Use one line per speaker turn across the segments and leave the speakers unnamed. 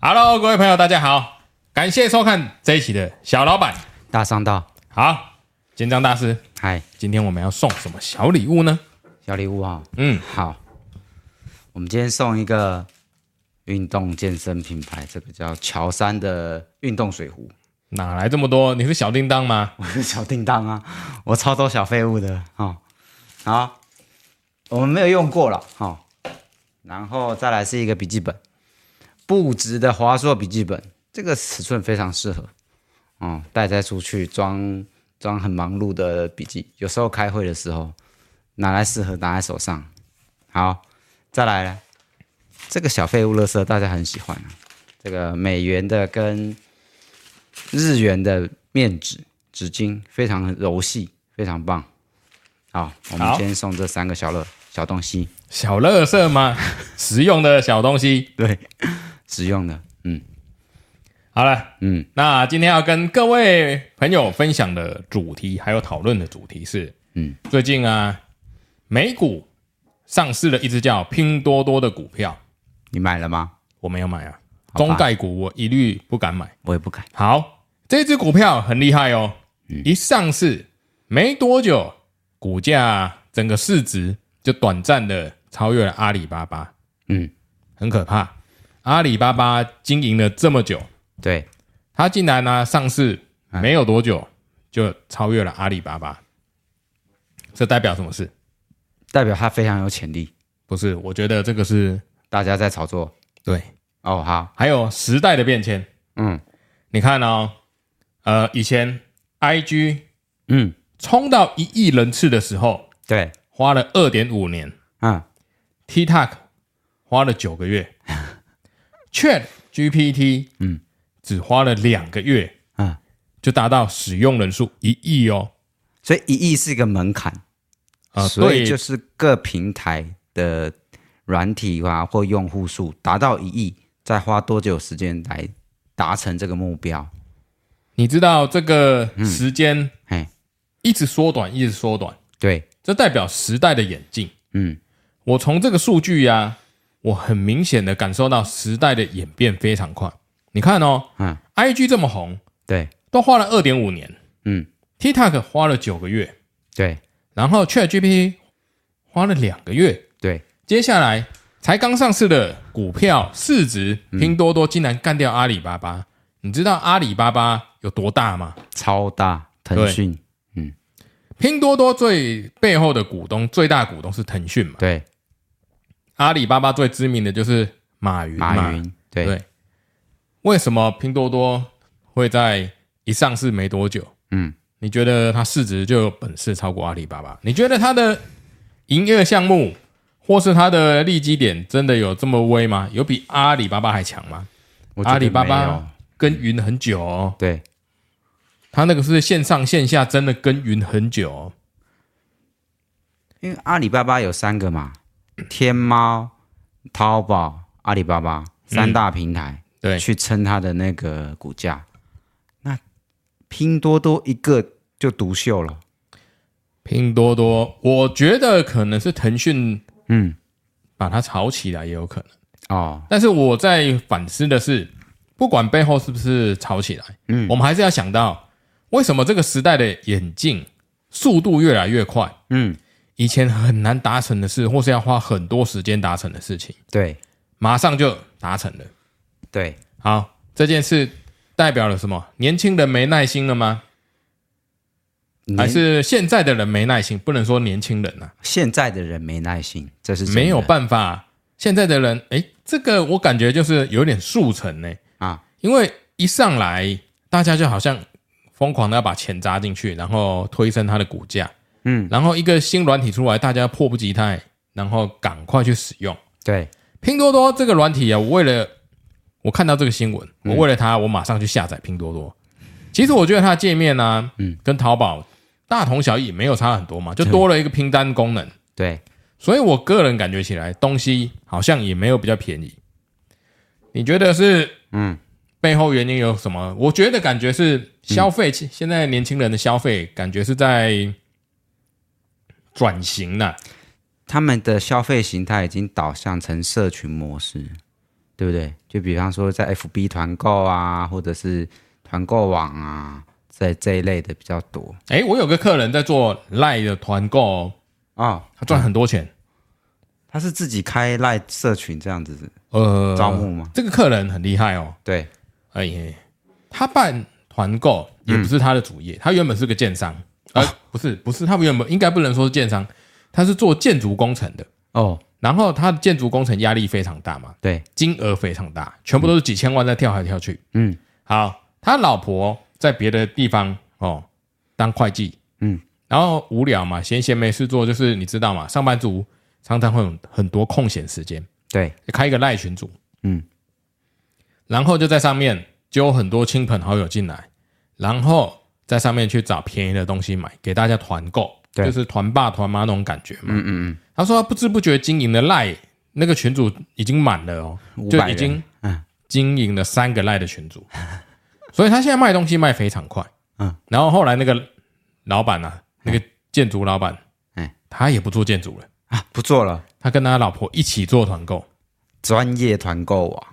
Hello，各位朋友，大家好，感谢收看这一期的小老板。
大上道，
好，建章大师，
嗨，
今天我们要送什么小礼物呢？
小礼物哈、
嗯，
好，我们今天送一个运动健身品牌，这个叫乔山的运动水壶。
哪来这么多？你是小叮当吗？
我是小叮当啊，我超多小废物的哦。好，我们没有用过了哦。然后再来是一个笔记本，不值的华硕笔记本，这个尺寸非常适合，哦，带在出去装装很忙碌的笔记，有时候开会的时候拿来适合拿在手上。好，再来了，这个小废物乐色大家很喜欢啊，这个美元的跟日元的面纸纸巾非常柔细，非常棒。好，我们
好
今天送这三个小乐小东西，
小乐色 吗？实用的小东西。
对，实用的，嗯
好了，
嗯，
那今天要跟各位朋友分享的主题，还有讨论的主题是，
嗯，
最近啊，美股上市了一只叫拼多多的股票，
你买了吗？
我没有买啊，
好吧
中概股我一律不敢买。
我也不敢，
好，这只股票很厉害哦，一上市没多久，股价整个市值就短暂的超越了阿里巴巴，
嗯，
很可怕。阿里巴巴经营了这么久，
对，
它竟然呢、啊上市没有多久就超越了阿里巴巴，这代表什么事？
代表它非常有潜力，
不是，我觉得这个是
大家在炒作。
对，
哦，好，
还有时代的变迁。
嗯
你看哦，呃，以前 I G
嗯，
冲到一亿人次的时候，
对，
花了二点五年
嗯，
，TikTok 花了九个 月，Chat GPT
嗯
只花了两个月
嗯，
就达到使用人数一亿哦。
所以一亿是一个门槛，
啊，
所以就是是各平台的软体啊或用户数达到一亿，再花多久时间来达成这个目标？
你知道这个
嗯
时间
哎，
一直缩短，一直缩短，
对，
这代表时代的演进。
嗯
我从这个数据呀、我很明显的感受到时代的演变非常快。你看哦
嗯，
，IG 这么红，
对，
都花了二点五年
嗯
，TikTok 花了九个月，
对
然后 ChatGPT 花了两个月，
对，
接下来才刚上市的股票市值，拼多多竟然干掉阿里巴巴。你知道阿里巴巴有多大吗？
超大腾
对
讯，
拼多多最背后的股东，最大股东是腾讯嘛？
对，
阿里巴巴最知名的就是马云嘛，
马云，对，
对，为什么拼多多会在一上市没多久，
嗯，
你觉得它市值就有本事超过阿里巴巴？你觉得它的营业项目或是它的利基点真的有这么威吗？有比阿里巴巴还强吗？
我觉得
阿里巴
没有
巴耕耘很久哦，
对，
它那个是线上线下真的耕耘很久哦。
因为阿里巴巴有三个嘛，
嗯
天猫、淘宝、阿里巴巴三大平台、
嗯对，
去撑它的那个股价。那拼多多一个就独秀了，
拼多多，我觉得可能是腾讯
嗯，
把它炒起来也有可能。
哦，
但是我在反思的是，不管背后是不是吵起来，嗯，我们还是要想到为什么这个时代的演进速度越来越快，
嗯，
以前很难达成的事，或是要花很多时间达成的事情，
对
马上就达成了。
对，
好，这件事代表了什么？年轻人没耐心了吗？还
年
是现在的人没耐心？不能说年轻人啊，
现在的人没耐心，这是真的
没有办法。现在的人，哎，这个我感觉就是有点速成呢、
啊，
因为一上来大家就好像疯狂的要把钱砸进去，然后推升它的股价，
嗯，
然后一个新软体出来，大家迫不及待，然后赶快去使用。
对，
拼多多这个软体啊，我为了我看到这个新闻，
嗯
我为了它，我马上去下载拼多多。其实我觉得它的界面呢、嗯，跟淘宝大同小异，没有差很多嘛，就多了一个拼单功能。
对，
所以我个人感觉起来，东西好像也没有比较便宜。你觉得是？
嗯，
背后原因有什么？我觉得感觉是消费，现在年轻人的消费感觉是在转型呐、
他们的消费形态已经导向成社群模式，对不对？就比方说在 FB 团购啊，或者是团购网啊，在这一类的比较多
哎，我有个客人在做赖的团购哦，
哦。
他赚很多钱。
他是自己开赖社群这样子的
呃，
招募吗？
这个客人很厉害哦，
对，
哎，他办团购也不是他的主
嗯
业，他原本是个建商，呃，
哦
不是不是，他原本应该不能说是建商，他是做建筑工程的。
哦，
然后他的建筑工程压力非常大嘛，
对，
金额非常大，全部都是几千万在跳来跳去。
嗯，
好，他老婆在别的地方哦当会计，
嗯，
然后无聊嘛，闲闲没事做，就是你知道嘛，上班族常常会有很多空闲时间，
对，
开一个赖群组，
嗯，
然后就在上面揪很多亲朋好友进来，然后在上面去找便宜的东西买，给大家团购，
对
就是团爸团妈那种感觉嘛。
嗯嗯
他说他不知不觉经营的赖那个群组已经满了哦，
嗯，
就
500
已
人
经
嗯
经营了三个赖的群组， 所以他现在卖东西卖非常快。
嗯，
然后后来那个老板啊，那个建筑老板，
哎，
他也不做建筑了，
啊，不做了，
他跟他老婆一起做团购，
专业团购网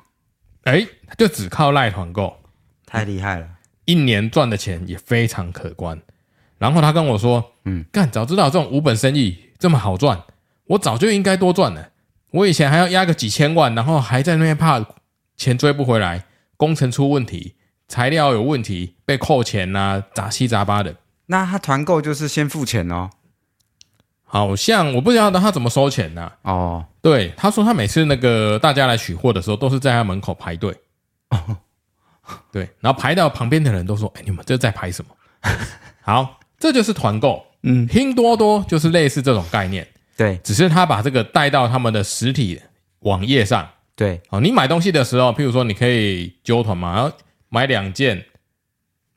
哎，他就只靠赖团购，
太厉害了，
一年赚的钱也非常可观。然后他跟我说：“嗯，干，早知道这种无本生意这么好赚，我早就应该多赚了。我以前还要压个几千万，然后还在那边怕钱追不回来，工程出问题，材料有问题，被扣钱呐、杂七杂八的。
那他团购就是先付钱哦，
好像我不知道他怎么收钱呐、啊
哦，
对，他说他每次那个大家来取货的时候，都是在他门口排队。对，然后排到旁边的人都说：“哎，你们这在排什么？” 好，这就是团购。
嗯，
拼多多就是类似这种概念，
对
只是他把这个带到他们的实体网页上。
对，
哦，你买东西的时候，譬如说你可以揪团嘛，然后买两件，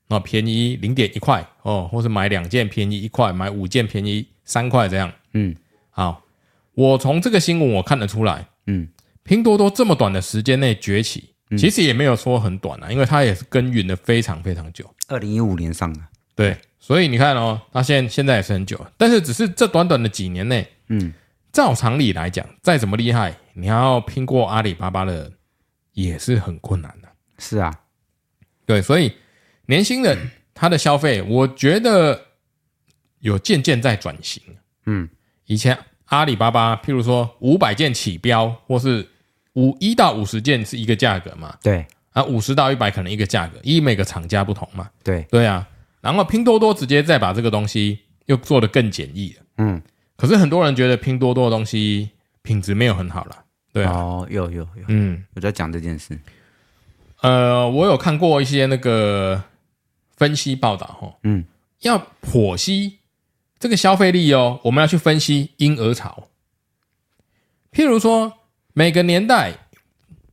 哦，便宜零点一块哦，或是买两件便宜一块，买五件便宜三块这样。
嗯
好，我从这个新闻我看得出来，
嗯，
拼多多这么短的时间内崛起，其实也没有说很短啊，因为它也是耕耘的非常非常久。
二零一五年上的，
对，所以你看哦，它现在现在也是很久，但是只是这短短的几年内，
嗯，
照常理来讲，再怎么厉害，你要拼过阿里巴巴的人也是很困难的。
是啊，
对，所以年轻人他的消费，我觉得有渐渐在转型。
嗯，
以前阿里巴巴，譬如说五百件起标，或是五一到五十件是一个价格嘛，
对
啊，五十到一百可能一个价格，因为每个厂家不同嘛。
对，
对啊，然后拼多多直接再把这个东西又做得更简易了。
嗯，
可是很多人觉得拼多多的东西品质没有很好啦。对啊，
哦，有有有，
嗯，
我在讲这件事，
呃，我有看过一些那个分析报道哈，
嗯，
要剖析这个消费力哦，我们要去分析婴儿潮。譬如说，每个年代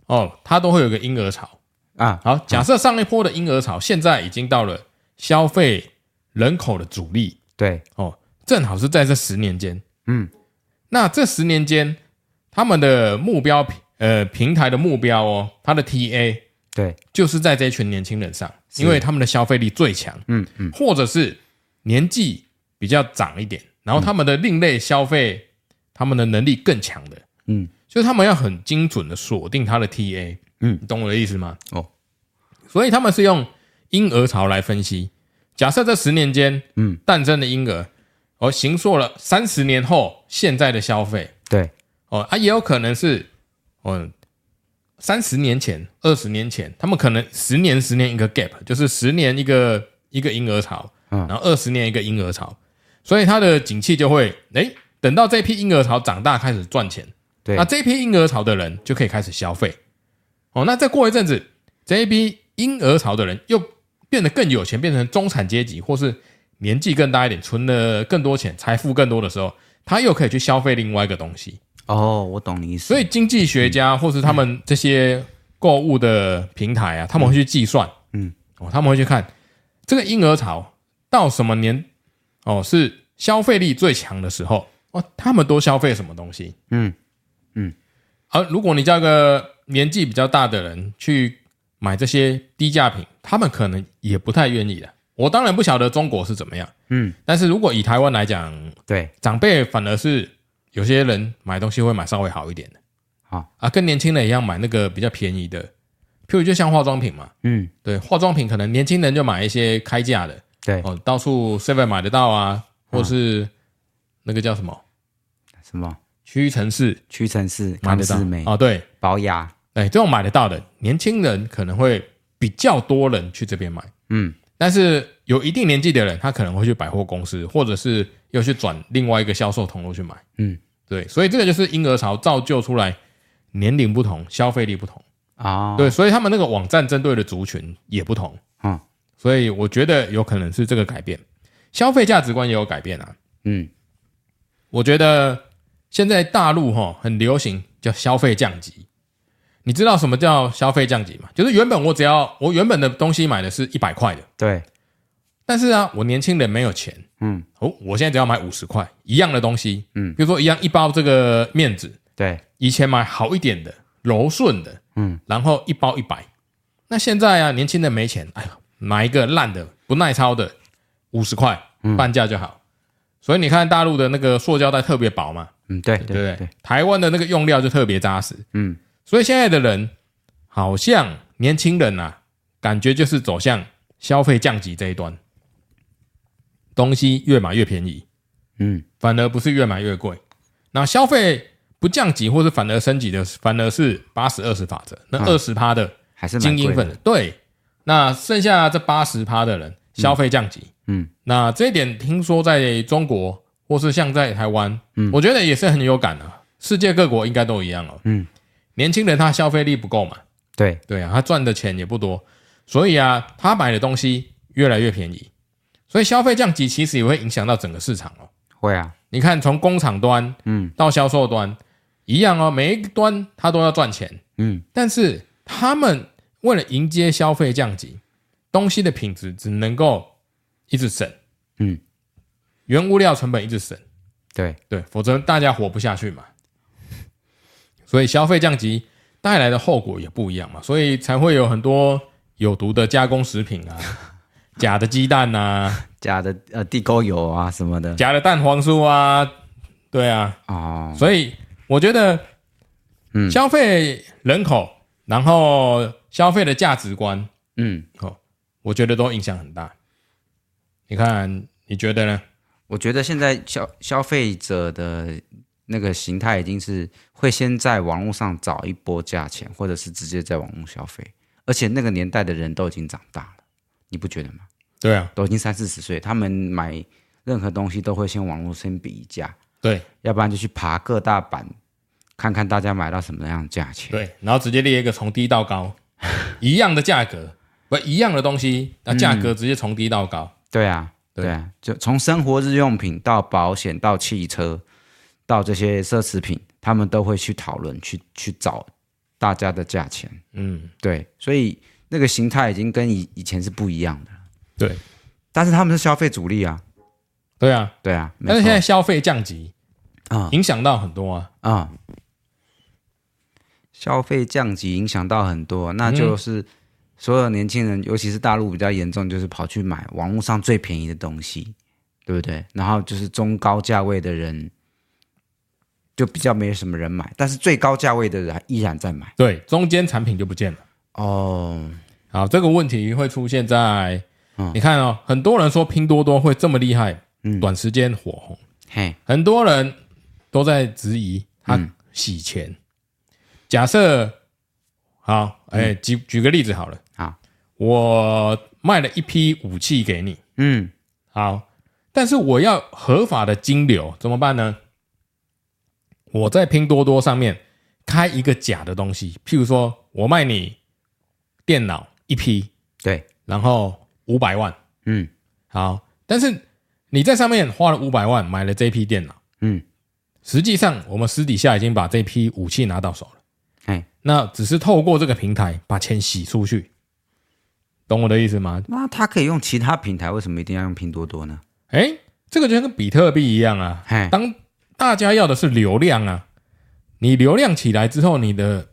哦，它都会有个婴儿潮。
啊，
好，假设上一波的婴儿潮现在已经到了消费人口的主力
对，
哦，正好是在这十年间。
嗯，
那这十年间，他们的目标呃平台的目标哦，它的 TA
对，
就是在这一群年轻人上，因为他们的消费力最强，
嗯嗯，
或者是年纪比较长一点，然后他们的另类消费，他们的能力更强的，
嗯，
所以他们要很精准的锁定他的 TA，
嗯，
你懂我的意思吗？
哦，
所以他们是用婴儿潮来分析，假设这十年间，
嗯，
诞生的婴儿，而行塑了三十年后现在的消费，
对，
哦啊，也有可能是，嗯，三十年前、二十年前，他们可能十年、十年一个 gap，就是十年一个一个婴儿潮，
嗯
然后二十年一个婴儿潮，所以它的景气就会，哎，等到这批婴儿潮长大开始赚钱，
对
那，这批婴儿潮的人就可以开始消费，哦，那再过一阵子，这一批婴儿潮的人又变得更有钱，变成中产阶级，或是年纪更大一点，存了更多钱，财富更多的时候，他又可以去消费另外一个东西。
哦，我懂你意思，
所以经济学
嗯
家或是他们这些购物的平台啊，他们会去计算，
嗯，
哦，他们会去看这个婴儿潮到什么年哦是消费力最强的时候，哦，他们都消费什么东西？
嗯，
而如果你叫一个年纪比较大的人去买这些低价品，他们可能也不太愿意的。我当然不晓得中国是怎么样，
嗯，
但是如果以台湾来讲，
对，
长辈反而是有些人买东西会买稍微好一点的。
好
啊，跟年轻人一样买那个比较便宜的，譬如就像化妆品嘛，
嗯，
对，化妆品可能年轻人就买一些开价的，
对，
哦，到处 seven 买得到啊，
嗯
或是那个叫什么
什么
屈臣氏
屈臣氏、
买
康
得到
士美、
哦，对，
宝雅，
哎，这种买得到的，年轻人可能会比较多人去这边买，
嗯，
但是有一定年纪的人，他可能会去百货公司，或者是又去转另外一个销售通路去买，
嗯，
对，所以这个就是婴儿潮造就出来年龄不同，消费力不同，
哦，
对，所以他们那个网站针对的族群也不同，
嗯，
所以我觉得有可能是这个改变，消费价值观也有改变啊，
嗯，
我觉得现在大陆哈很流行叫消费降级，你知道什么叫消费降级吗？就是原本我只要我原本的东西买的是一百块的，
对，
但是啊，我年轻人没有钱，
嗯，
哦，我现在只要买五十块一样的东西，
嗯，
比如说一样一包这个面子，
对，
以前买好一点的柔顺的，
嗯，
然后一包一百，那现在啊，年轻人没钱，哎呦，买一个烂的不耐操的五十块
嗯
半价就好，所以你看大陆的那个塑胶袋特别薄嘛，
嗯，对，
对不对？
对，对，
台湾的那个用料就特别扎实，
嗯，
所以现在的人好像年轻人啊，感觉就是走向消费降级这一端，东西越买越便宜，
嗯，
反而不是越买越贵。那消费不降级或者反而升级的，反而是八十二十法则，那二十趴的
还嗯是蛮
精英
贵的
粉，对，那剩下这八十趴的人消费降级，
嗯，
那这一点听说在中国或是像在台湾，嗯，我觉得也是很有感啊。世界各国应该都一样哦，
嗯，
年轻人他消费力不够嘛，
对，
对啊，他赚的钱也不多，所以啊，他买的东西越来越便宜，所以消费降级其实也会影响到整个市场哦。
会啊，
你看，从工厂端，
嗯，
到销售端一样哦，每一个端他都要赚钱，
嗯，
但是他们为了迎接消费降级，东西的品质只能够一直省，
嗯，
原物料成本一直省，
对，
对，否则大家活不下去嘛。所以消费降级带来的后果也不一样嘛，所以才会有很多有毒的加工食品啊， 假的鸡蛋啊，
假的呃地沟油啊什么的，
假的蛋黄酥啊，对啊，
哦，
所以我觉得，
嗯
消费人口，然后消费的价值观，
嗯，
我觉得都影响很大。你看，你觉得呢？
我觉得现在消消费者的那个形态已经是会先在网络上找一波价钱，或者是直接在网络消费，而且那个年代的人都已经长大了，你不觉得吗？
对啊，
都已经三四十岁，他们买任何东西都会先网络先比价，
对
要不然就去爬各大版，看看大家买到什么样的价钱。
对，啊然后直接列一个从低到 高，一样的价格，不一样的东西，那价格直接从低到高。
对啊，
对
对啊，就从生活日用品到保险到汽车到这些奢侈品，他们都会去讨论，去去找大家的价钱。
嗯，
对，所以那个形态已经跟以以前是不一样的了。
对
但是他们是消费主力啊，
对啊，
对啊，没
但是现在
错
消费降级
啊
影响到很多啊。
啊、消费降级影响到很多，那就是所有年轻人，尤其是大陆比较严重，就是跑去买网络上最便宜的东西，对不对？然后就是中高价位的人就比较没什么人买，但是最高价位的人还依然在买。
对，中间产品就不见了。
哦，
好，这个问题会出现在，
嗯
你看哦，很多人说拼多多会这么厉害，
嗯
短时间火红，
嘿，
很多人都在质疑他
嗯
洗钱。假设好，哎、举举个例子好了，
嗯好，
我卖了一批武器给你，
嗯，
好，但是我要合法的金流怎么办呢？我在拼多多上面开一个假的东西，譬如说我卖你电脑一批，
对，
然后五百万，
嗯
好，但是你在上面花了五百万买了这批电脑，
嗯，
实际上我们私底下已经把这批武器拿到手了，
嘿，
那只是透过这个平台把钱洗出去，懂我的意思吗？
那他可以用其他平台，为什么一定要用拼多多呢？
哎，这个就跟比特币一样啊，
嘿，
当大家要的是流量啊，你流量起来之后，你的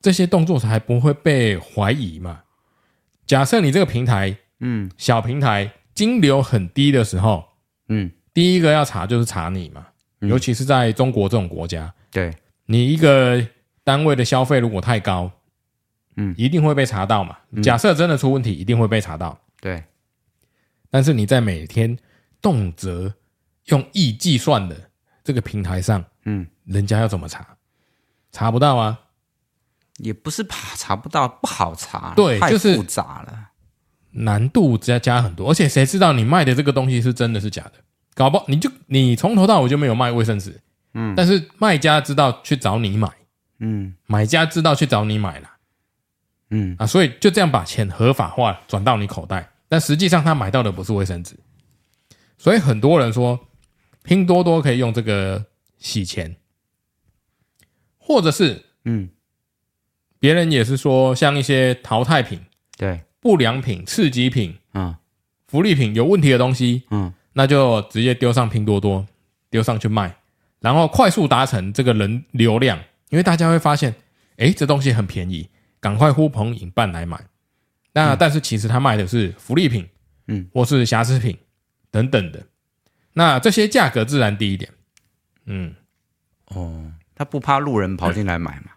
这些动作才不会被怀疑嘛。假设你这个平台
嗯
小平台金流很低的时候，
嗯，
第一个要查就是查你嘛，尤其是在中国这种国家，
对，
你一个单位的消费如果太高，
嗯，
一定会被查到嘛。假设真的出问题，一定会被查到。
对，
但是你在每天动辄用亿计算的这个平台上，
嗯，
人家要怎么查？查不到啊！
也不是怕查不到，不好查，
对
太
就是
复杂了。
难度加加很多，而且谁知道你卖的这个东西是真的是假的？搞不好你就你从头到尾就没有卖卫生纸，嗯，但是卖家知道去找你买，
嗯
买家知道去找你买了
嗯，
啊，所以就这样把钱合法化转到你口袋，但实际上他买到的不是卫生纸，所以很多人说拼多多可以用这个洗钱，或者是
嗯，
别人也是说像一些淘汰品、
对，
不良品、刺激品、
嗯
福利品有问题的东西，
嗯
那就直接丢上拼多多，丢上去卖，然后快速达成这个人流量，因为大家会发现，诶，这东西很便宜，赶快呼朋引伴来买。那、但是其实他卖的是福利品，
嗯，
或是瑕疵品等等的，那这些价格自然低一点，嗯，
哦，他不怕路人跑进来买 嘛？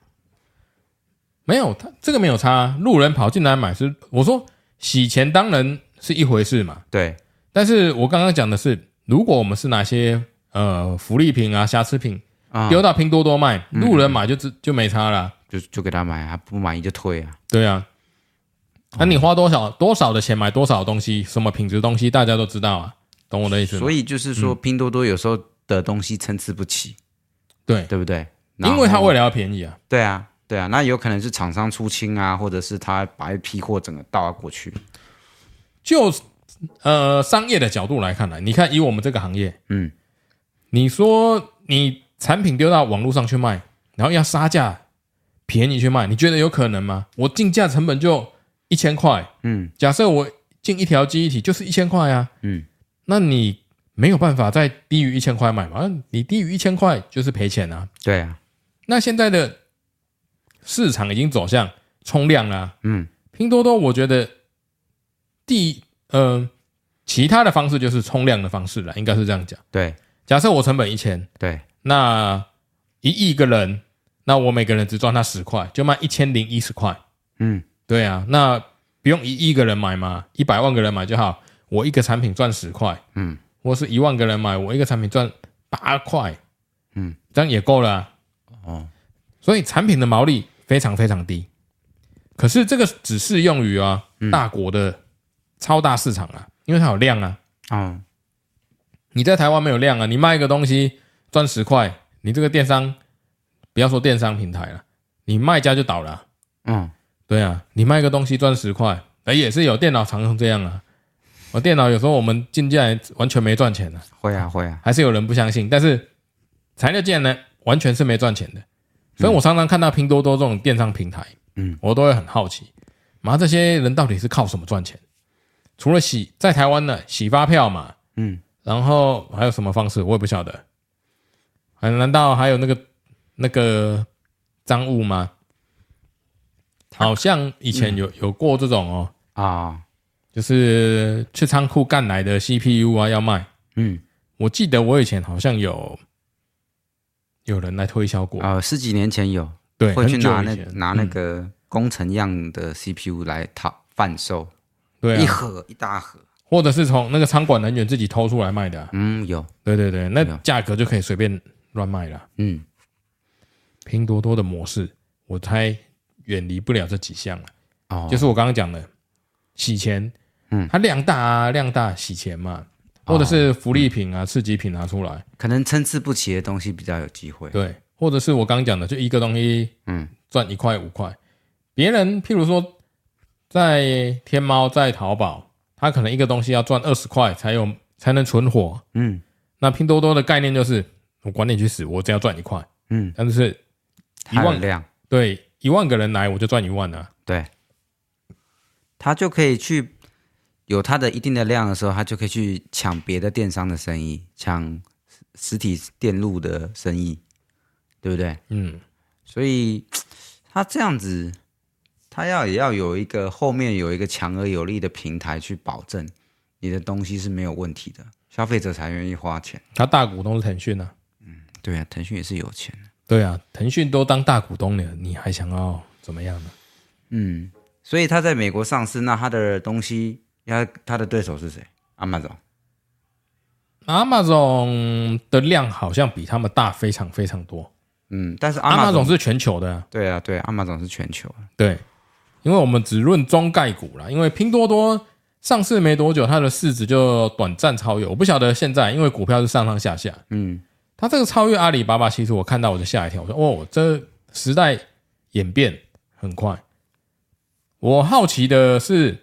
没有，他这个没有差啊，路人跑进来买是，我说洗钱当然是一回事嘛，
对，
但是我刚刚讲的是，如果我们是拿些呃福利品啊、瑕疵品
啊嗯
丢到拼多多卖，路人买就只就没差了。
就就给他买啊，不满意就退啊。
对啊，
哦
那、你花多少多少的钱买多少的东西，什么品质的东西，大家都知道啊，懂我的意思吗？嗯
所以就是说，拼多多有时候的东西参差不齐，
对，
对不对？
因为他
会
为了要便宜啊，
对啊，对啊，那有可能是厂商出清啊，或者是他把一批货整个倒过去。
就呃商业的角度来看呢，你看以我们这个行业，
嗯，
你说你产品丢到网络上去卖，然后要杀价便宜去卖，你觉得有可能吗？我进价成本就一千块，
嗯，
假设我进一条记忆体就是一千块啊，
嗯，
那你没有办法再低于一千块买嘛？啊你低于一千块就是赔钱啊。
对啊，
那现在的市场已经走向冲量啊啦、
嗯，
拼多多我觉得第一呃其他的方式就是冲量的方式了，应该是这样讲。
对
假设我成本一千，
对，
那一亿个人，那我每个人只赚他十块，就卖一千零一十块。
嗯
对啊，那不用一亿个人买嘛，一百万个人买就好。我一个产品赚十块，
嗯，
或是一万个人买，我一个产品赚八块，
嗯，
这样也够了啊、
哦，
所以产品的毛利非常非常低。可是这个只适用于啊
嗯
大国的超大市场啊，因为它有量啊。
哦，
你在台湾没有量啊，你卖一个东西赚十块，你这个电商不要说电商平台了，你卖家就倒了啊、
嗯，
对啊，你卖个东西赚十块，哎，也是有电脑常常这样啊。我电脑有时候我们进进来完全没赚钱的、啊，
会啊会啊，
还是有人不相信。但是材料件呢，完全是没赚钱的。所以我常常看到拼多多这种电商平台，
嗯，
我都会很好奇，妈这些人到底是靠什么赚钱？除了洗在台湾呢，洗发票嘛，
嗯，
然后还有什么方式我也不晓得。啊，难道还有那个那个赃物吗？好像以前
嗯
有、有过这种哦，
啊、
就是去仓库干来的 CPU 啊要卖。
嗯，
我记得我以前好像有有人来推销过，
呃，十几年前有
对，
会去
很久
拿
以
那
前，嗯
拿那个工程样的 CPU 来套贩售，
对、
一
啊，
盒一大盒，
或者是从那个仓管人员自己偷出来卖的啊、
嗯，有，
对对对，那
对啊
价格就可以随便乱卖了。啊
嗯，
拼多多的模式，我猜远离不了这几项了，
哦，
就是我刚刚讲的洗钱，
嗯哦
它量大啊，量大洗钱嘛，或者是福利品啊、刺激品拿出来，
可能参差不齐的东西比较有机会，
对，或者是我刚讲的，就一个东西，
嗯，
赚一块五块。别人譬如说在天猫、在淘宝，他可能一个东西要赚二十块才有才能存活。
嗯
那拼多多的概念就是，我管你去死，我只要赚一块。
嗯，
但是一
它
万
有量，
对一万个人来，我就赚一万啊。
对，他就可以去有他的一定的量的时候，他就可以去抢别的电商的生意，抢实实体电路的生意，对不对？
嗯，
所以他这样子，他要也要有一个后面有一个强而有力的平台去保证你的东西是没有问题的，消费者才愿意花钱。
他大股东是腾讯啊，
对啊，腾讯也是有钱的，
对啊，腾讯都当大股东了，你还想要怎么样呢？
嗯，所以他在美国上市，那他的东西，他他的对手是谁？Amazon。
Amazon 的量好像比他们大非常非常多。
嗯，但是
Amazon 是全球的、啊，
对啊，对，阿玛总是全球啊，
对，因为我们只论中概股啦，因为拼多多上市没多久，它的市值就短暂超越。我不晓得现在，因为股票是上上下下，
嗯，
它这个超越阿里巴巴，其实我看到我就吓一跳，我说哦，这时代演变很快。我好奇的是，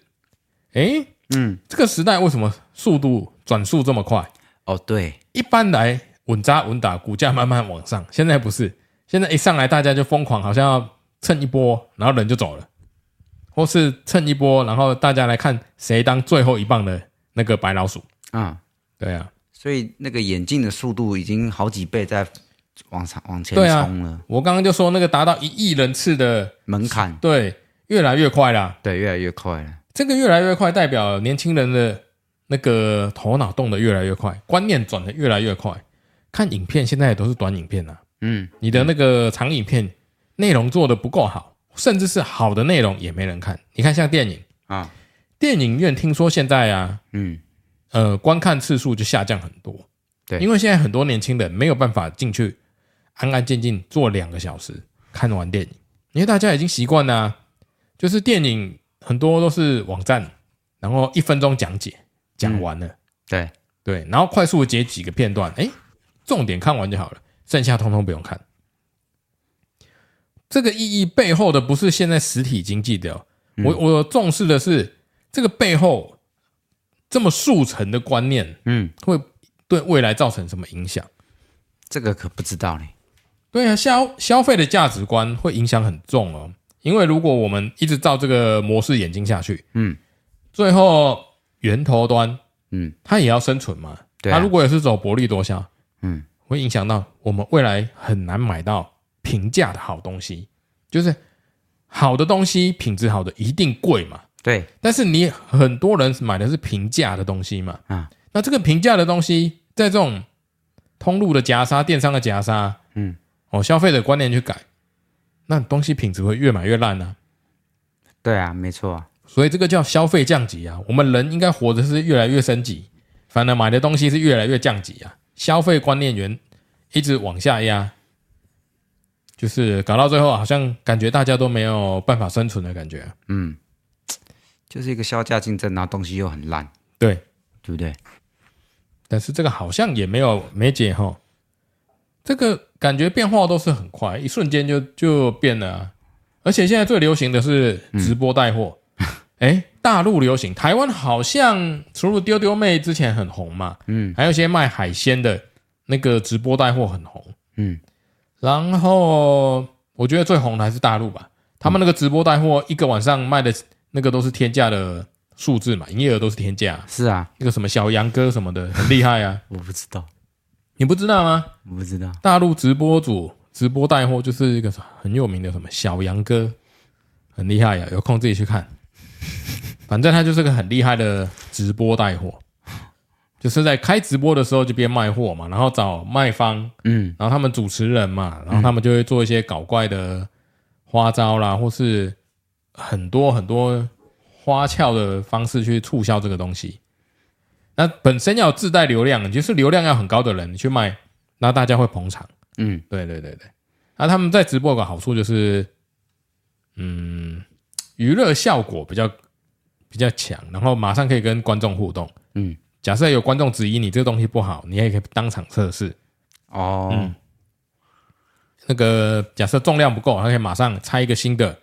诶，
嗯，
这个时代为什么速度转速这么快？
哦，对，
一般来稳扎稳打，股价慢慢往上。现在不是，现在一上来大家就疯狂，好像要蹭一波，然后人就走了，或是蹭一波，然后大家来看谁当最后一棒的那个白老鼠。
啊、
对啊，
所以那个眼镜的速度已经好几倍在往上往前
对啊
冲了，
我刚刚就说那个达到一亿人次的，
门槛
对，越来越快啦。
对越来越快了，
这个越来越快，代表年轻人的那个头脑动得越来越快，观念转得越来越快。看影片现在也都是短影片啊，
嗯，
你的那个长影片内容做的不够好，甚至是好的内容也没人看。你看，像电影，
啊，
电影院听说现在啊，
嗯，
呃，观看次数就下降很多。
对
因为现在很多年轻人没有办法进去安安静静坐两个小时看完电影，因为大家已经习惯了啊、就是电影很多都是网站，然后一分钟讲解讲完了，
对，
对，然后快速截几个片段，哎，重点看完就好了，剩下通通不用看。这个意义背后的不是现在实体经济的哦、我我重视的是这个背后这么速成的观念
嗯，
会对未来造成什么影响？
这个可不知道嘞，
对啊，消消费的价值观会影响很重哦，因为如果我们一直照这个模式演进下去，
嗯，
最后源头端
嗯，
它也要生存嘛。
对啊
它如果也是走薄利多销，
嗯，
会影响到我们未来很难买到平价的好东西，就是好的东西，品质好的一定贵嘛。
对，
但是你很多人买的是平价的东西嘛，
啊，
那这个平价的东西，在这种通路的夹杀、电商的夹杀，
嗯，
哦，消费者观念去改，那东西品质会越买越烂啊。
对啊，没错啊，
所以这个叫消费降级啊。我们人应该活着是越来越升级，反而买的东西是越来越降级啊。消费观念源一直往下压，就是搞到最后，好像感觉大家都没有办法生存的感觉啊。
嗯，就是一个销价竞争，然后东西又很烂，
对，
对不对？
但是这个好像也没有没解哈。这个感觉变化都是很快，一瞬间就就变了、啊。而且现在最流行的是
嗯
直播带 货，哎、大陆流行，台湾好像除了丢丢妹之前很红嘛，
嗯，
还有一些卖海鲜的那个直播带货很红，
嗯，
然后我觉得最红的还是大陆吧，他们那个直播带货一个晚上卖的那个都是天价的数字嘛，营业额都是天价，
是啊，
那个什么小杨哥什么的，很厉害啊！
我不知道，
你不知道吗？
我不知道，
大陆直播主直播带货就是一个很有名的什么小杨哥，很厉害呀、有空自己去看。反正他就是个很厉害的直播带货，就是在开直播的时候就边卖货嘛，然后找卖方，
嗯，
然后他们主持人嘛，然后他们就会做一些搞怪的花招啦，或是很多很多花俏的方式去促销这个东西。那本身要有自带流量，就是流量要很高的人你去卖，那大家会捧场。
嗯，
对对对对。那他们在直播有个好处就是，嗯，娱乐效果比较比较强，然后马上可以跟观众互动。
嗯，
假设有观众质疑你这个东西不好，你也可以当场测试。
哦，
嗯那个假设重量不够，它可以马上拆一个新的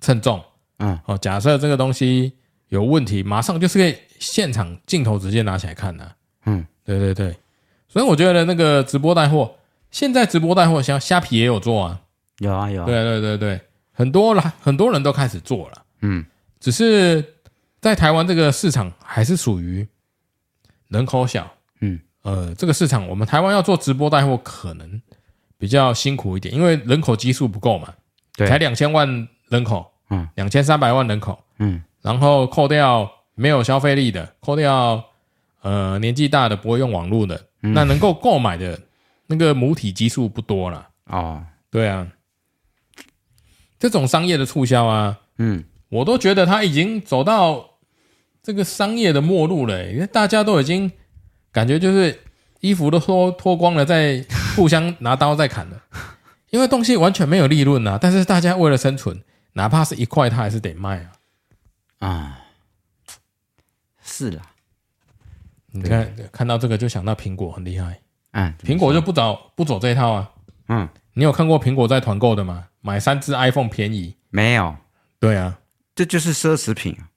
称重。
嗯，
哦，假设这个东西有问题，马上就是可以现场镜头直接拿起来看呐、
嗯，
对对对，所以我觉得那个直播带货，现在直播带货像虾皮也有做啊。
有啊有啊，
对对对对，很多啦，很多人都开始做了。
嗯，
只是在台湾这个市场还是属于人口小，
嗯，
呃，这个市场我们台湾要做直播带货可能比较辛苦一点，因为人口基数不够嘛，
对
才两千万人口，
嗯，
两千三百万人口，
嗯，
然后扣掉没有消费力的，扣掉呃年纪
嗯
大的不会用网络的，那能够购买的那个母体基数不多了。
哦，
对啊，这种商业的促销啊，
嗯，
我都觉得他已经走到这个商业的末路了欸、因为大家都已经感觉就是衣服都脱脱光了，在互相拿刀在砍了， 因为东西完全没有利润啊。但是大家为了生存，哪怕是一块，他还是得卖啊。
啊，是啦，
你看看到这个就想到苹果很厉害，
嗯，
苹果就不找不走这一套啊。
嗯，
你有看过苹果在团购的吗？买三只 iPhone 便宜。
没有，
对啊，
这就是奢侈品啊，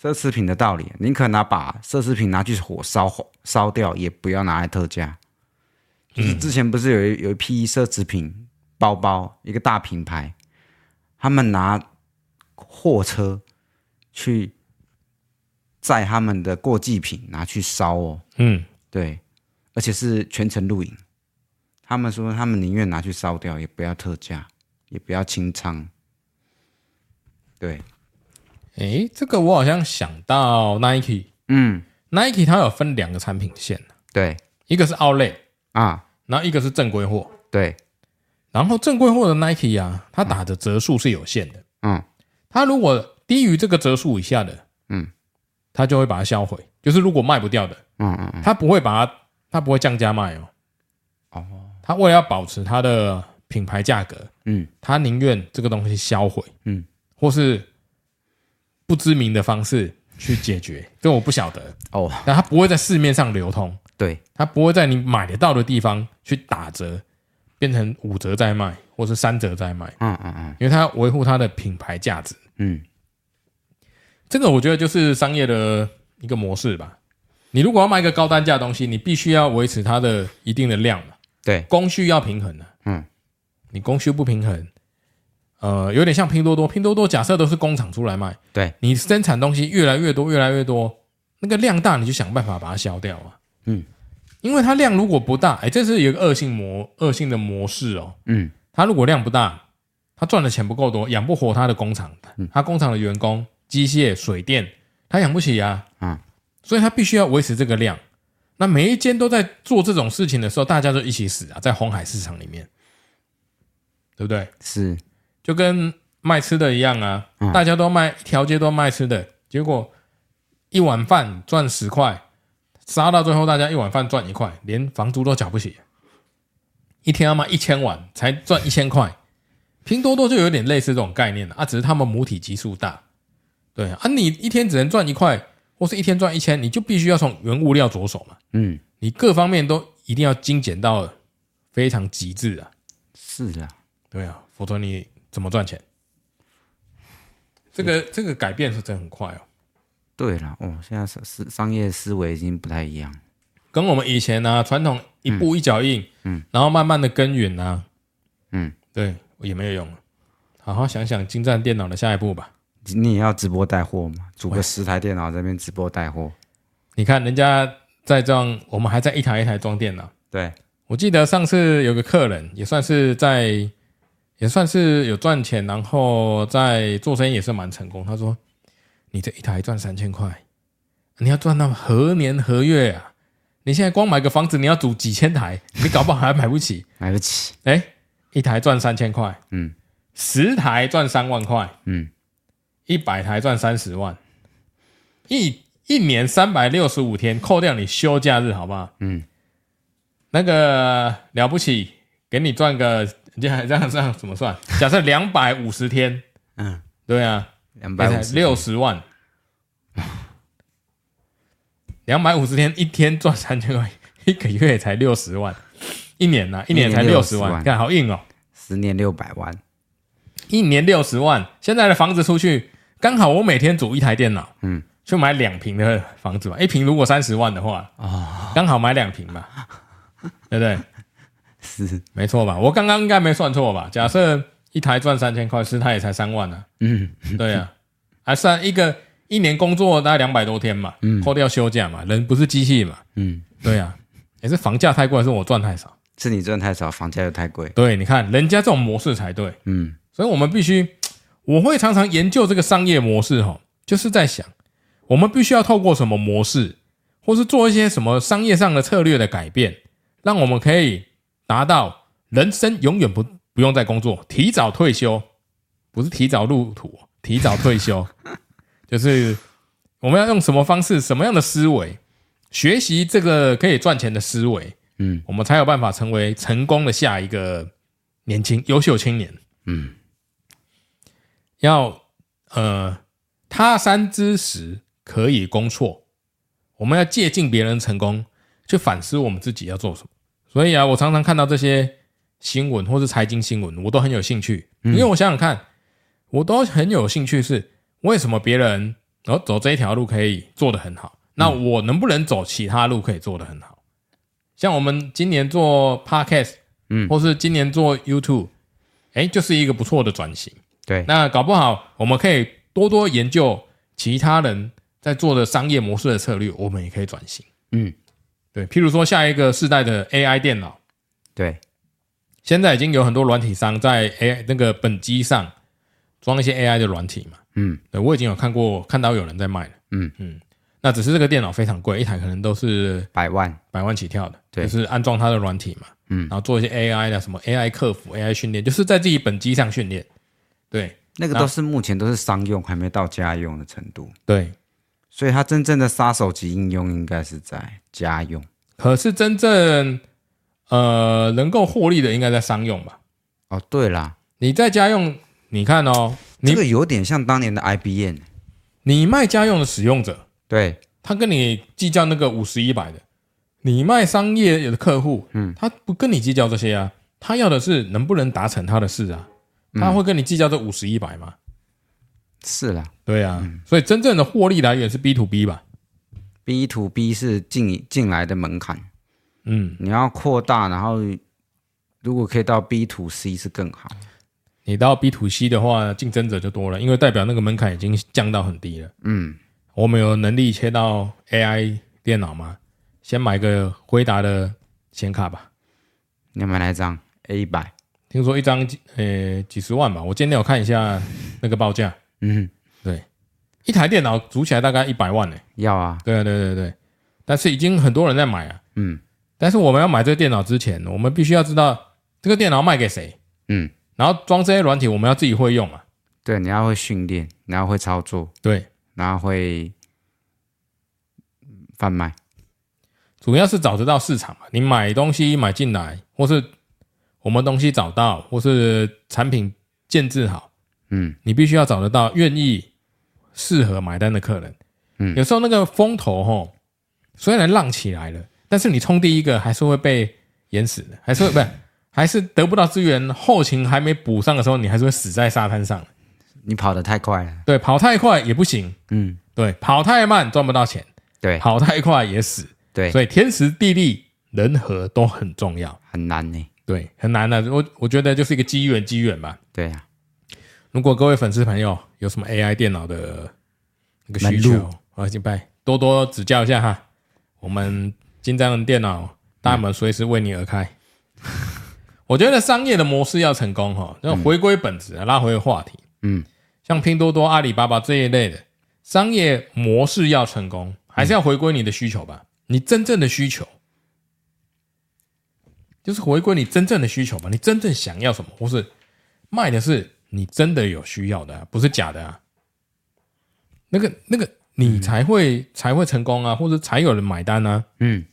奢侈品的道理，啊宁可拿把奢侈品拿去火烧烧掉，也不要拿来特价。就是之前不是有一有一批奢侈品包包，一个大品牌，他们拿货车去载他们的过季品拿去烧哦，
嗯，
对，而且是全程露营。他们说他们宁愿拿去烧掉，也不要特价，也不要清仓。对，
诶，这个我好像想到 Nike，Nike
嗯，
它有分两个产品线，
对
一个是 Outlet，
啊，
然后一个是正规货。
对，
然后正规货的 Nike 啊，它打的折数是有限的，
嗯
它如果低于这个折数以下的，
嗯，
它就会把它销毁。就是如果卖不掉的，
嗯嗯嗯，
它不会把它，它不会降价卖哦。哦，它为了要保持它的品牌价格，
嗯，
它宁愿这个东西销毁，
嗯，
或是不知名的方式去解决，这我不晓得。
哦，
但它不会在市面上流通，
对，
它不会在你买得到的地方去打折，变成五折再卖，或是三折再卖，
嗯嗯嗯
因为它要维护它的品牌价值。
嗯，
这个我觉得就是商业的一个模式吧。你如果要卖一个高单价的东西，你必须要维持它的一定的量嘛，
对，
供需要平衡的、啊
嗯，
你供需不平衡，呃，有点像拼多多，拼多多假设都是工厂出来卖，
对
你生产东西越来越多，越来越多，那个量大，你就想办法把它消掉啊。
嗯，
因为它量如果不大，哎，这是有一个恶性模恶性的模式哦。
嗯
它如果量不大，它赚的钱不够多，养不活它的工厂，
嗯
它工厂的员工、机械、水电，它养不起啊。
嗯，
所以它必须要维持这个量。那每一间都在做这种事情的时候，大家就一起死啊，在红海市场里面，对不对？
是，
就跟卖吃的一样啊，大家都卖，一条街都卖吃的，结果一碗饭赚十块，杀到最后大家一碗饭赚一块，连房租都缴不起，一天要卖一千碗才赚一千块。拼多多就有点类似这种概念了啊，只是他们母体基数大，对啊，啊你一天只能赚一块，或是一天赚一千，你就必须要从原物料着手嘛，
嗯
你各方面都一定要精简到非常极致啊。
是啦，
对啊，否则你怎么赚钱？这个这个改变是真的很快哦，
对啦，哦，现在商思商业思维已经不太一样。
跟我们以前呢、啊、传统一步一脚印，嗯，然后慢慢的耕耘啊，
嗯，
对，也没有用了。好好想想精湛电脑的下一步吧。
你也要直播带货嘛？组个十台电脑在那边直播带货。
你看人家在装，我们还在一台一台装电脑。
对，
我记得上次有个客人也算是在，也算是有赚钱，然后在做生意也是蛮成功。他说：“你这一台赚三千块，你要赚到何年何月啊？你现在光买个房子，你要租几千台，你搞不好还买不起。
买得起。
哎，一台赚三千块，
嗯，
十台赚三万块，
嗯，
一百台赚三十万，一一年三百六十五天，扣掉你休假日，好不好？
嗯，
那个了不起，给你赚个这样这样这样怎么算？假设两百五十天，
嗯，
对啊，
两
也
百
才
五十。
六十万，两百五十天，一天赚三千块，一个月才六十万，一年啊呐、一年才
一年
六十
60
万，
万
看好硬哦。
十年六百万。
一年六十万，现在的房子出去，刚好我每天组一台电脑，
嗯，
就买两平的房子吧。一平如果三十万的话，
哦，
刚好买两平吧，对不对？
是，
没错吧？我刚刚应该没算错吧？假设一台赚三千块，十台也才三万呢、
嗯
对啊，还算一个一年工作大概两百多天嘛，扣掉休假嘛，人不是机器嘛，
嗯，
对啊，也是房价太贵，还是我赚太少？
是你赚太少，房价又太贵。
对，你看人家这种模式才对。
嗯
所以我们必须，我会常常研究这个商业模式哈，就是在想，我们必须要透过什么模式，或是做一些什么商业上的策略的改变，让我们可以达到人生永远不不用再工作，提早退休，不是提早入土，提早退休，就是我们要用什么方式、什么样的思维，学习这个可以赚钱的思维，
嗯，
我们才有办法成为成功的下一个年轻优秀青年。
嗯，
要呃，他山之石可以攻错，我们要借鉴别人成功，去反思我们自己要做什么。所以啊，我常常看到这些新闻或是财经新闻，我都很有兴趣，
嗯
因为我想想看，我都很有兴趣是为什么别人哦走这一条路可以做得很好，那
嗯
我能不能走其他路可以做得很好？像我们今年做 podcast，
嗯
或是今年做 YouTube，哎，就是一个不错的转型。
对，
那搞不好我们可以多多研究其他人在做的商业模式的策略，我们也可以转型。
嗯，
对，譬如说下一个世代的 AI 电脑，
对，
现在已经有很多软体商在 AI 那个本机上装一些 AI 的软体嘛。
嗯，
对我已经有看过看到有人在卖了。
嗯
嗯，那只是这个电脑非常贵，一台可能都是
百万，
百万起跳的，
对
就是安装它的软体嘛，
嗯
然后做一些 AI 的什么 AI 客服、AI 训练，就是在自己本机上训练。对
那个都是目前都是商用，还没到家用的程度，
对，
所以它真正的杀手级应用应该是在家用。
可是真正呃能够获利的，应该在商用吧？
哦，对啦，
你在家用，你看哦，你、
这个有点像当年的 IBM，
你卖家用的使用者，
对，
他跟你计较那个五十一百的，你卖商业的客户，嗯，他不跟你计较这些啊，他要的是能不能达成他的事啊，他会跟你计较这五十一百吗？
是啦
对啊，所以真正的获利来源是 B to B 吧？
，B to B 是进进来的门槛，
嗯，
你要扩大，然后如果可以到 B to C 是更好。
你到 B to C 的话，竞争者就多了，因为代表那个门槛已经降到很低了。
嗯，
我们有能力切到 AI 电脑吗？先买个辉达的显卡吧，
你要买哪一张 A 一百？
听说一张几呃几十万吧。我今天有看一下那个报价，
嗯，
对，一台电脑组起来大概一百万呢、
要啊，
对啊，对对对，但是已经很多人在买啊。
嗯
但是我们要买这个电脑之前，我们必须要知道这个电脑卖给谁，
嗯，
然后装这些软体我们要自己会用啊嘛。
对，你要会训练，你要会操作，
对，
然后会嗯贩卖。
主要是找得到市场嘛。你买东西买进来，或是我们东西找到，或是产品建制好，
嗯，
你必须要找得到愿意适合买单的客人。
嗯
有时候那个风头吼，虽然浪起来了，但是你冲第一个还是会被淹死的，还是会 不是还是得不到资源，后勤还没补上的时候，你还是会死在沙滩上。
你跑得太快了。
对，跑太快也不行，
嗯，
对，跑太慢赚不到钱，
对
跑太快也死。
对，
所以天时地利人和都很重要。
很难呢。
对，很难的、我我觉得就是一个机缘，机缘吧。
对啊，
如果各位粉丝朋友有什么 AI 电脑的那个需
门路
求，啊，请拜多多指教一下哈。我们金章的电脑大门随时为你而开。 我觉得商业的模式要成功哈，要回归本质、啊，拉回话题。
嗯，
像拼多多、阿里巴巴这一类的商业模式要成功，还是要回归你的需求吧。你真正的需求，就是回归你真正的需求吧。你真正想要什么，或是卖的是你真的有需要的啊、不是假的啊。那个那个，你才会、才会成功啊，或者才有人买单啊。
嗯，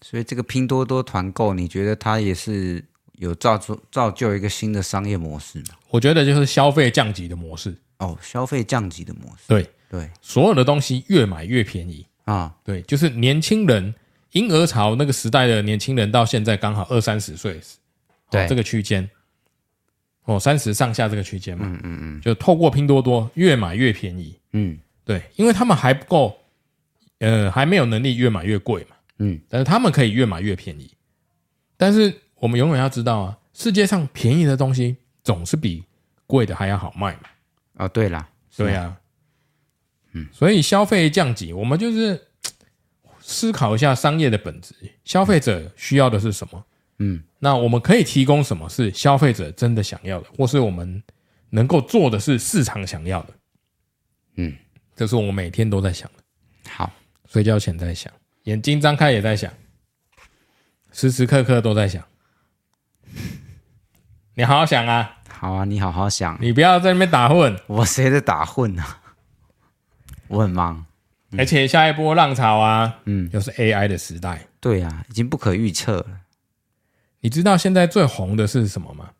所以这个拼多多团购，你觉得它也是有造就造就一个新的商业模式吗？
我觉得就是消费降级的模式，
哦，消费降级的模式。
对，
对
所有的东西越买越便宜。
啊，
对，就是年轻人婴儿潮那个时代的年轻人，到现在刚好二三十岁，哦
对
这个区间，哦，三十上下这个区间嘛，嗯嗯嗯，就透过拼多多越买越便宜，
嗯
对，因为他们还不够，呃，还没有能力越买越贵嘛，
嗯，
但是他们可以越买越便宜。但是我们永远要知道啊，世界上便宜的东西总是比贵的还要好卖嘛。
哦，对啦，是
对啊，嗯，所以消费降级，我们就是思考一下商业的本质，消费者需要的是什么？
嗯，
那我们可以提供什么是消费者真的想要的，或是我们能够做的是市场想要的？
嗯，
这是我每天都在想的，
好，
睡觉前在想，眼睛张开也在想，时时刻刻都在想。 你好好想啊，
好啊，你好好想，
你不要在那边打混。
我谁在打混啊？我很忙。
而且下一波浪潮啊，嗯，又是 AI 的时代。
对啊，已经不可预测了。
你知道现在最红的是什么吗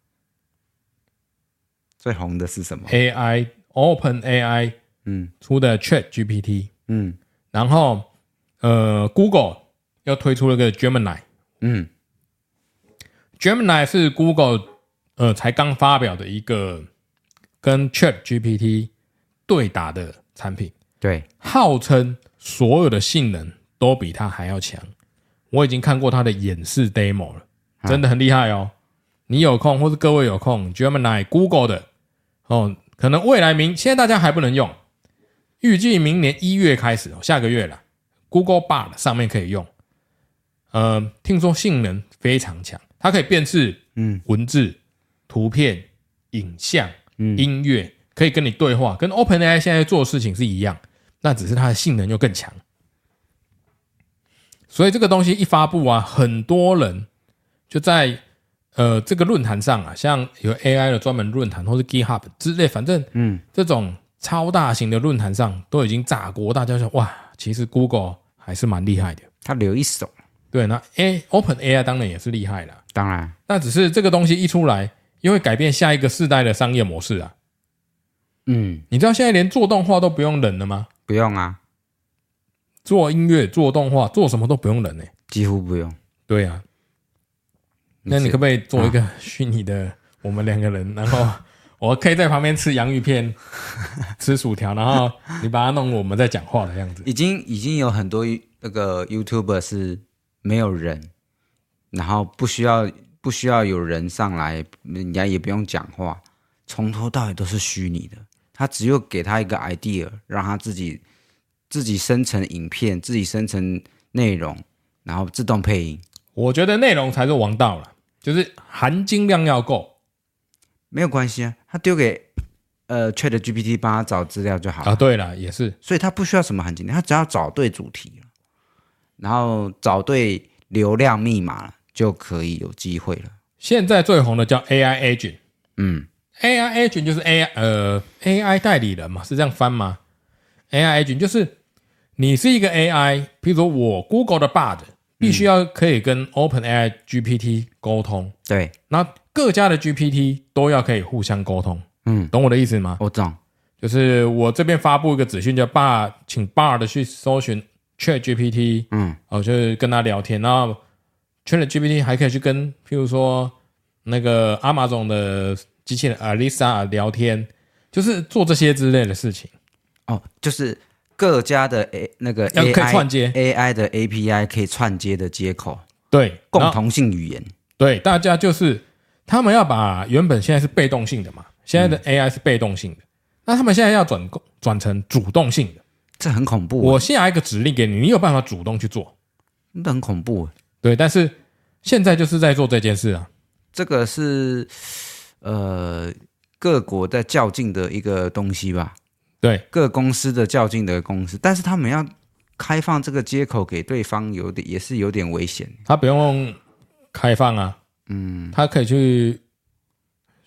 最红的是什么？
？AI Open AI
嗯
出的 Chat GPT，
嗯
然后呃，Google 又推出了个 Gemini。
嗯
Gemini 是 Google 呃才刚发表的一个跟 Chat GPT 对打的产品，
对，
号称所有的性能都比它还要强。我已经看过它的演示 demo 了，
啊
真的很厉害哦！你有空，或是各位有空，Gemini Google 的哦，可能未来明现在大家还不能用，预计明年一月开始，哦下个月了，Google Bard 上面可以用。呃，听说性能非常强，它可以辨识
嗯
文字、图片、影像、
嗯
音乐，可以跟你对话，跟 OpenAI 现在做的事情是一样，那只是它的性能又更强。所以这个东西一发布啊，很多人就在呃这个论坛上啊，像有 AI 的专门论坛，或是 GitHub 之类，反正
嗯
这种超大型的论坛上都已经炸锅，大家说哇，其实 Google 还是蛮厉害的。
他留一手，
对，那 A Open AI 当然也是厉害啦，
当然
那只是这个东西一出来，又会改变下一个世代的商业模式啊。
嗯
你知道现在连做动画都不用人了吗？
不用啊，
做音乐、做动画、做什么都不用人呢、
几乎不用。
对啊，那你可不可以做一个虚拟的我们两个人，然 后我可以在旁边吃洋芋 片、吃薯条，然后你把它弄我们在讲话的样子？
已经已经有很多那个 YouTuber 是没有人，然后不需要不需要有人上来，人家也不用讲话，从头到尾都是虚拟的。他只有给他一个 idea，让他自己自己生成影片，自己生成内容，然后自动配音。
我觉得内容才是王道了，就是含金量要够
没有关系啊，他丢给呃 Chat GPT 帮他找资料就好了，
啊。对了，也是
所以他不需要什么含金量，他只要找对主题了，然后找对流量密码了，就可以有机会了。
现在最红的叫 AI agent。
嗯
AI agent 就是 AI 呃 AI 代理人嘛，是这样翻吗？AI agent 就是你是一个 AI，比如说我 Google 的 Bard 必须要可以跟 OpenAI GPT 沟通，
对，
那各家的 GPT 都要可以互相沟通，
嗯，
懂我的意思吗？
我懂。
就是我这边发布一个资讯叫 Bard，请 Bard 去搜寻 Chat GPT，
嗯
哦，就是跟他聊天，然后 Chat GPT 还可以去跟，譬如说那个阿玛总的机器人 Alisa 聊天，就是做这些之类的事情。
哦，就是各家的 A 那个
要
AI
可以串接
AI 的 API 可以串接的接口，
对，
共
然后
同性语言。
对大家就是他们要把原本现在是被动性的嘛，现
嗯
在的 AI 是被动性的，那他们现在要转转成主动性的。
这很恐怖啊，
我下一个指令给你，你有办法主动去做。
这很恐怖啊。
对，但是现在就是在做这件事啊。
这个是呃各国在较劲的一个东西吧，
对，
各公司的较劲的公司，但是他们要开放这个接口给对方，有点也是有点危险。
他不用开放啊，嗯，他可以去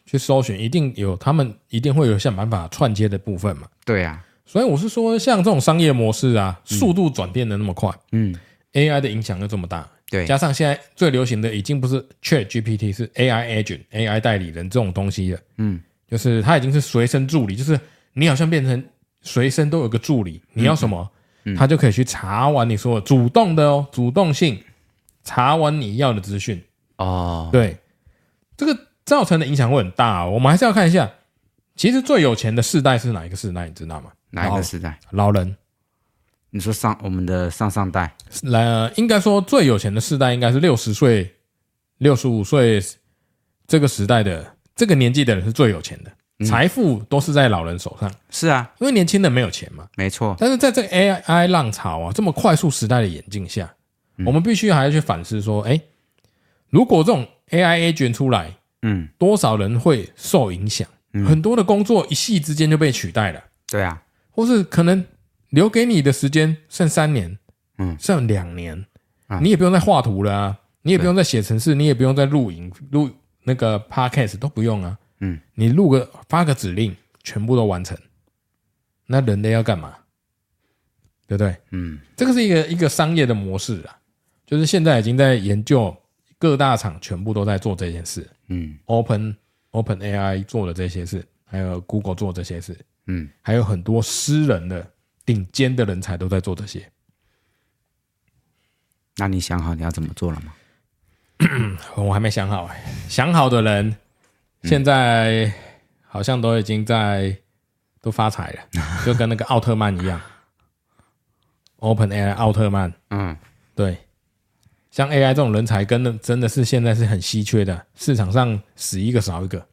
去搜寻，一定有他们一定会有想办法串接的部分嘛。
对啊，
所以我是说，像这种商业模式啊，速度转变的那么快、
嗯，
a i 的影响又这么大，
对，
加上现在最流行的已经不是 Chat GPT，是 AI agent、AI 代理人这种东西了，
嗯，
就是它已经是随身助理，就是你好像变成随身都有个助理，
嗯
你要什么，他就可以去查完你说主动的哦，主动性查完你要的资讯，
哦，
对，这个造成的影响会很大、哦。我们还是要看一下，其实最有钱的世代是哪一个世代，你知道吗？
哪一个时代？
老人，
你说上我们的上上代，
来、呃应该说最有钱的世代应该是六十岁、六十五岁这个时代的这个年纪的人是最有钱的，财富都是在老人手上，
是啊，
因为年轻人没有钱嘛。
没错，
但是在这个 AI 浪潮啊这么快速时代的演进下，我们必须还要去反思说，哎、如果这种 AI A 卷出来，
嗯，
多少人会受影响？很多的工作一夕之间就被取代了，
对啊，
或是可能留给你的时间剩三年，
嗯，
剩两年，
啊
你也不用再画图了啊，你也不用再写程式，你也不用再录影录那个 podcast 都不用啊。
嗯，
你录个发个指令，全部都完成。那人类要干嘛？对不对？
嗯，
这个是一个一个商业的模式啊，就是现在已经在研究，各大厂全部都在做这件事。
嗯
Open Open AI 做的这些事，还有 Google 做这些事，
嗯，
还有很多私人的顶尖的人才都在做这些。
那你想好你要怎么做了吗？
我还没想好、欸，想好的人现在好像都已经在都发 财了，就跟那个奥特曼一样，Open AI 奥特曼，
嗯，
对，像 AI 这种人才跟的真的是现在是很稀缺的，市场上死一个少一 个，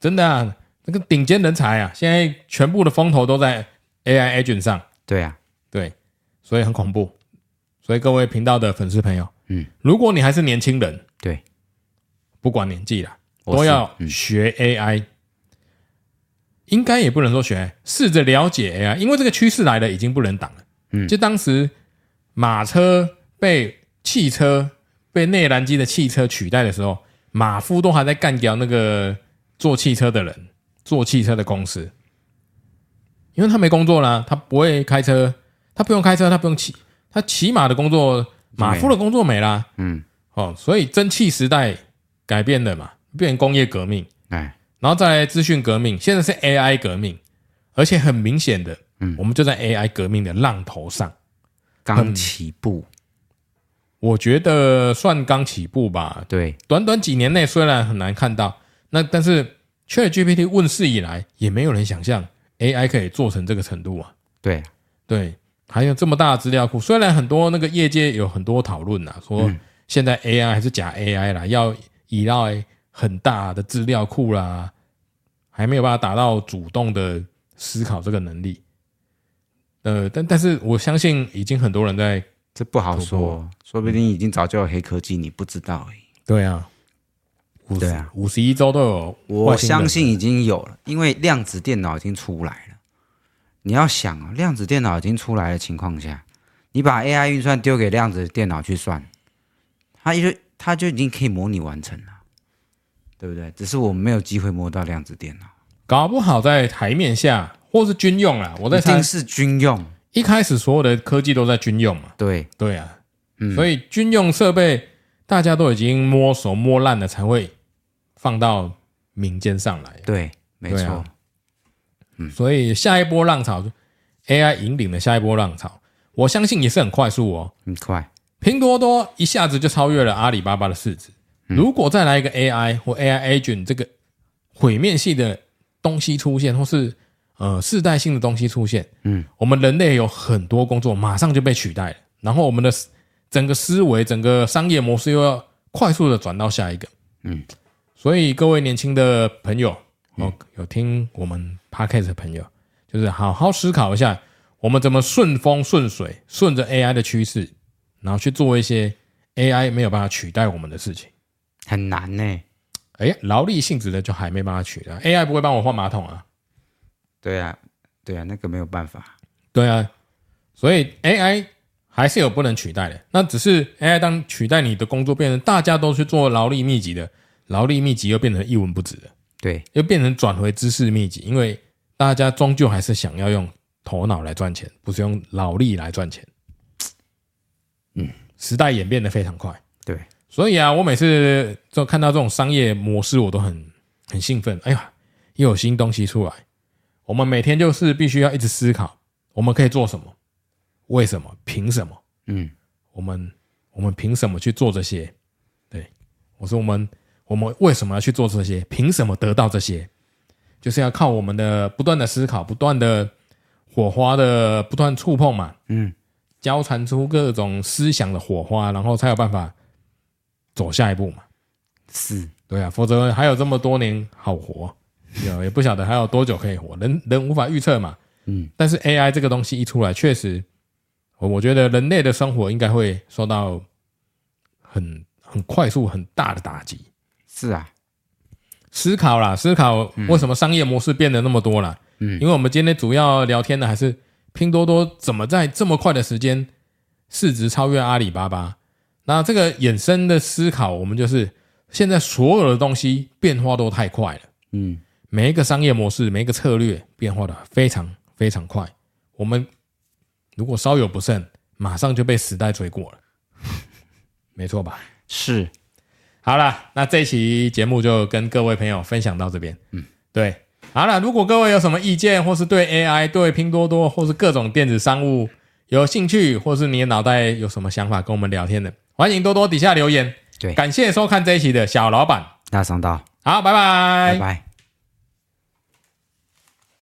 真的、啊，那个顶尖人才啊，现在全部的风头都在 AI agent 上，
对啊，
对，所以很恐怖。所以各位频道的粉丝朋友，
嗯，
如果你还是年轻人，
对，
不管年纪啦，
我
都
是嗯
要学 AI。应该也不能说学，试着了解 AI，因为这个趋势来了，已经不能挡了。
嗯
就当时马车被汽车被内燃机的汽车取代的时候，马夫都还在干掉那个做汽车的人，做汽车的公司，因为他没工作啦，他不会开车，他不用开车，他不用骑，他骑马的工作，马夫的工作没啦。
嗯，
哦，所以蒸汽时代改变了嘛，变成工业革命，
哎，
然后再来资讯革命，现在是 AI 革命，而且很明显的，嗯，我们就在 AI 革命的浪头上，
刚起步，
嗯我觉得算刚起步吧。
对，
短短几年内虽然很难看到，那但是 ChatGPT 问世以来，也没有人想象 AI 可以做成这个程度啊。
对，
对，还有这么大的资料库，虽然很多那个业界有很多讨论呐，啊说
嗯
现在 AI 还是假 AI 啦，要依赖很大的资料库啦，还没有办法达到主动的思考这个能力。呃，但但是我相信已经很多人在
这不好说，说不定已经早就有黑科技，你不知道而已。
对啊，五
对啊，
五十一周都有外
我
星人，
相信已经有了，因为量子电脑已经出来了。你要想哦，量子电脑已经出来的情况下，你把 AI 运算丢给量子电脑去算，它就它就已经可以模拟完成了，对不对？只是我们没有机会摸到量子电脑，
搞不好在台面下或是军用啦，我在
一定
猜
是军用，
一开始所有的科技都在军用嘛。
对，
对啊，
嗯
所以军用设备大家都已经摸熟摸烂了，才会放到民间上来。
对，没
对
错，
啊
嗯
所以下一波浪潮，AI 引领的下一波浪潮，我相信也是很快速哦。
很快，
拼多多一下子就超越了阿里巴巴的市值。
嗯
如果再来一个 AI 或 AI agent 这个毁灭性的东西出现，或是呃世代性的东西出现，
嗯，
我们人类有很多工作马上就被取代了，然后我们的思整个思维、整个商业模式又要快速的转到下一个，
嗯，
所以各位年轻的朋友，哦，有听我们 podcast 的朋友，就是好好思考一下，我们怎么顺风顺水，顺着 AI 的趋势，然后去做一些 AI 没有办法取代我们的事情。
很难呢、
哎，劳力性质的就还没办法取代，AI 不会帮我换马桶啊。
对啊，对啊，那个没有办法，
对啊，所以 AI 还是有不能取代的。那只是 AI 当取代你的工作，变成大家都去做劳力密集的，劳力密集又变成一文不值的，
对，
又变成转回知识密集，因为大家终究还是想要用头脑来赚钱，不是用劳力来赚钱。嗯，时代演变得非常快。
对，
所以啊，我每次就看到这种商业模式，我都很很兴奋。哎呀，又有新东西出来，我们每天就是必须要一直思考，我们可以做什么，为什么，凭什么？
嗯，
我们我们凭什么去做这些？对，我说我们我们为什么要去做这些？凭什么得到这些？就是要靠我们的不断的思考，不断的火花的不断触碰嘛，
嗯，
交缠出各种思想的火花，然后才有办法走下一步嘛。
是，
对啊，否则还有这么多年好活，有也不晓得还有多久可以活，人人无法预测嘛。
嗯，
但是 AI 这个东西一出来，确实，我我觉得人类的生活应该会受到很很快速、很大的打击。
是啊，
思考啦，思考为什么商业模式变得那么多啦？
嗯
因为我们今天主要聊天的还是拼多多怎么在这么快的时间市值超越阿里巴巴。那这个衍生的思考，我们就是现在所有的东西变化都太快了，
嗯，
每一个商业模式、每一个策略变化的非常非常快。我们如果稍有不慎，马上就被时代追过了，没错吧？
是
好啦，那这一期节目就跟各位朋友分享到这边。嗯，对。好了，如果各位有什么意见，或是对 AI、对拼多多，或是各种电子商务有兴趣，或是你的脑袋有什么想法跟我们聊天的，欢迎多多底下留言。
对
感谢收看这一期的小老板。
大商道，
好，拜拜
拜拜。